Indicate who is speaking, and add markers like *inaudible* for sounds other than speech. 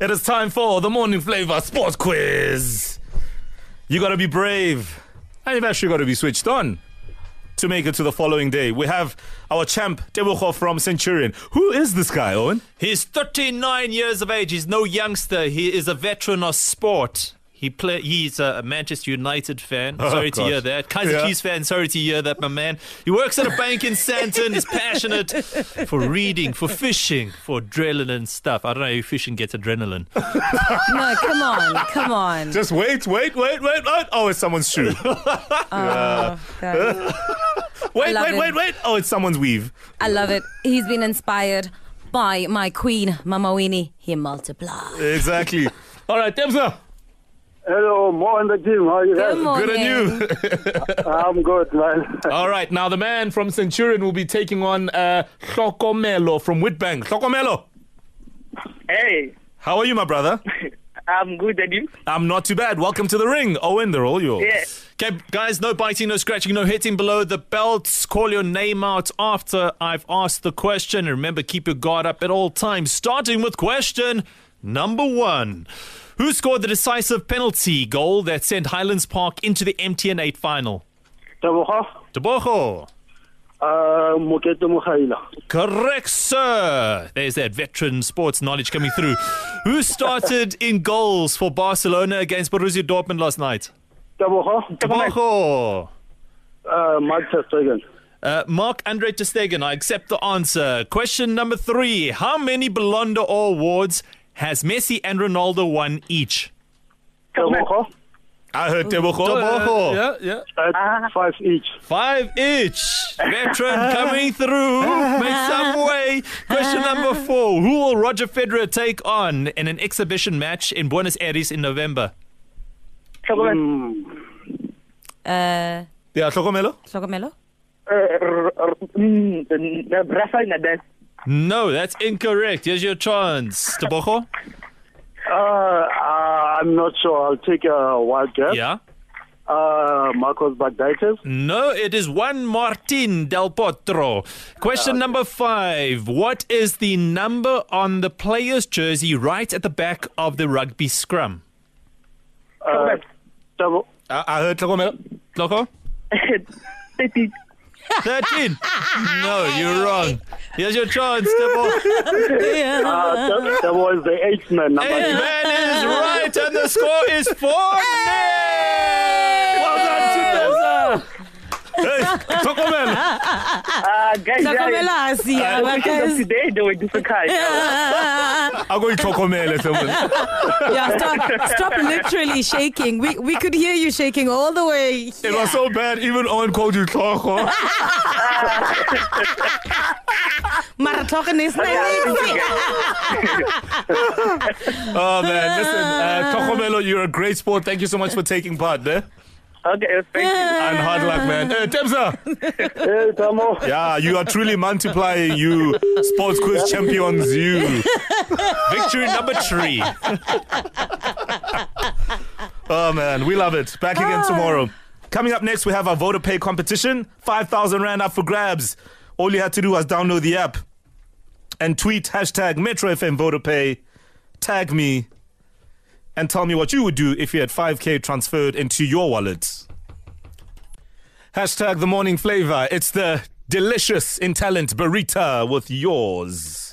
Speaker 1: It is time for the morning flavor sports quiz. You gotta be brave, and you've actually gotta be switched on to make it to the following day. We have our champ Tebucho from Centurion. Who is this guy, Owen?
Speaker 2: He's 39 years of age. He's no youngster. He is a veteran of sport. He play, He's a Manchester United fan.
Speaker 1: Oh,
Speaker 2: sorry to
Speaker 1: gosh.
Speaker 2: hear that. Kaiser
Speaker 1: Yeah.
Speaker 2: Chiefs fan. Sorry to hear that, my man. He works at a bank in Santon. He's passionate for reading, for fishing, for adrenaline stuff. I don't know if fishing gets adrenaline.
Speaker 3: No, come on, come on.
Speaker 1: *laughs* Just wait, wait, wait, wait, wait. Oh, it's someone's *laughs* shoe.
Speaker 3: Oh, God.
Speaker 1: Wait,
Speaker 3: love
Speaker 1: wait,
Speaker 3: it.
Speaker 1: wait, wait. Oh, it's someone's weave.
Speaker 3: I love it. He's been inspired by my queen, Mama Winnie. He multiplied.
Speaker 1: Exactly. *laughs* All right, Debza.
Speaker 4: Hello, more on the team. How are you
Speaker 3: Good
Speaker 4: guys?
Speaker 3: morning.
Speaker 1: Good on you.
Speaker 4: I'm good, man.
Speaker 1: All right, now the man from Centurion will be taking on uh, Shokomelo from Whitbank. Shokomelo,
Speaker 5: Hey,
Speaker 1: how are you, my brother?
Speaker 5: I'm good, and you?
Speaker 1: I'm not too bad. Welcome to the ring. Owen, they're all yours.
Speaker 5: Yeah.
Speaker 2: Okay, guys, no biting, no scratching, no hitting below the belt. Call your name out after I've asked the question. And remember, keep your guard up at all times, starting with question number one. Who scored the decisive penalty goal that sent Highlands Park into the MTN 8 final?
Speaker 4: Taboha,
Speaker 2: Debojo.
Speaker 4: uh, Mokete Mukhaila.
Speaker 2: Correct, sir. There's that veteran sports knowledge coming through. Who started in goals for Barcelona against Borussia Dortmund last night?
Speaker 4: Taboha,
Speaker 2: Debojo.
Speaker 4: uh, Manchester again.
Speaker 2: Uh, Mark Andre Ter Stegen, I accept the answer. Question number three: How many Ballon d'Or awards has Messi and Ronaldo won each?
Speaker 4: Taboha,
Speaker 1: I heard Tebogo.
Speaker 2: Tebogo.
Speaker 1: Uh, Ah, yeah, yeah.
Speaker 4: at five each.
Speaker 2: Five each.
Speaker 1: *laughs*
Speaker 2: Veteran coming through. Make some way. Question number four: Who will Roger Federer take on in an exhibition match in Buenos Aires in November?
Speaker 5: Chocolate.
Speaker 3: Uh,
Speaker 1: Yeah, Shokomelo.
Speaker 3: Shogamelo?
Speaker 5: Uh, r- r- mm, uh, Rafael Nadal. *laughs*
Speaker 2: No, that's incorrect. Here's your chance, Tebogo.
Speaker 4: Uh, uh, I'm not sure. I'll take a wild guess.
Speaker 2: Yeah. Mm.
Speaker 4: Uh, Marcos Bagdaitis.
Speaker 2: No, it is Juan Martin Del Potro.
Speaker 1: Ah,
Speaker 2: Question number five. What is the number on the player's jersey right at the back of the rugby scrum?
Speaker 5: Chocolate.
Speaker 4: Tabo,
Speaker 1: I, I heard Shokomelo.
Speaker 2: Loco?
Speaker 5: Thirty.
Speaker 2: 13.
Speaker 1: *laughs*
Speaker 2: no, you're wrong. Here's your chance,
Speaker 1: *laughs*
Speaker 2: Debo.
Speaker 4: uh, Tab- Tabo is the eighth man. Number
Speaker 2: Eight
Speaker 4: eight.
Speaker 2: man is right, and the score is 4 Well done,
Speaker 1: Hey, Shokomelo.
Speaker 5: Uh, guys, guys.
Speaker 1: *laughs*
Speaker 5: Because
Speaker 3: Shogamelasi.
Speaker 5: today they were different kinds.
Speaker 1: I'm going Shokomelo. someone.
Speaker 3: Yeah, stop, stop literally shaking. We, we could hear you shaking all the way.
Speaker 1: It was so bad, even Owen called you Shoko.
Speaker 3: Marathon is
Speaker 1: Oh, man. Listen, uh, Shokomelo, you're a great sport. Thank you so much for taking part there.
Speaker 5: Okay, thank you.
Speaker 1: And hard luck, man. Uh, Hey, Debza.
Speaker 4: Hey, Tabo.
Speaker 1: Yeah, you are truly multiplying, you sports quiz champions, you.
Speaker 2: Victory number three.
Speaker 1: *laughs* Oh man, we love it. Back again tomorrow. Coming up next, we have our voter pay competition. Five thousand rand up for grabs. All you had to do was download the app and tweet hashtag Metro FM voter pay. Tag me and tell me what you would do if you had five k transferred into your wallet. Hashtag the morning flavor. It's the delicious, in talent burrito with yours.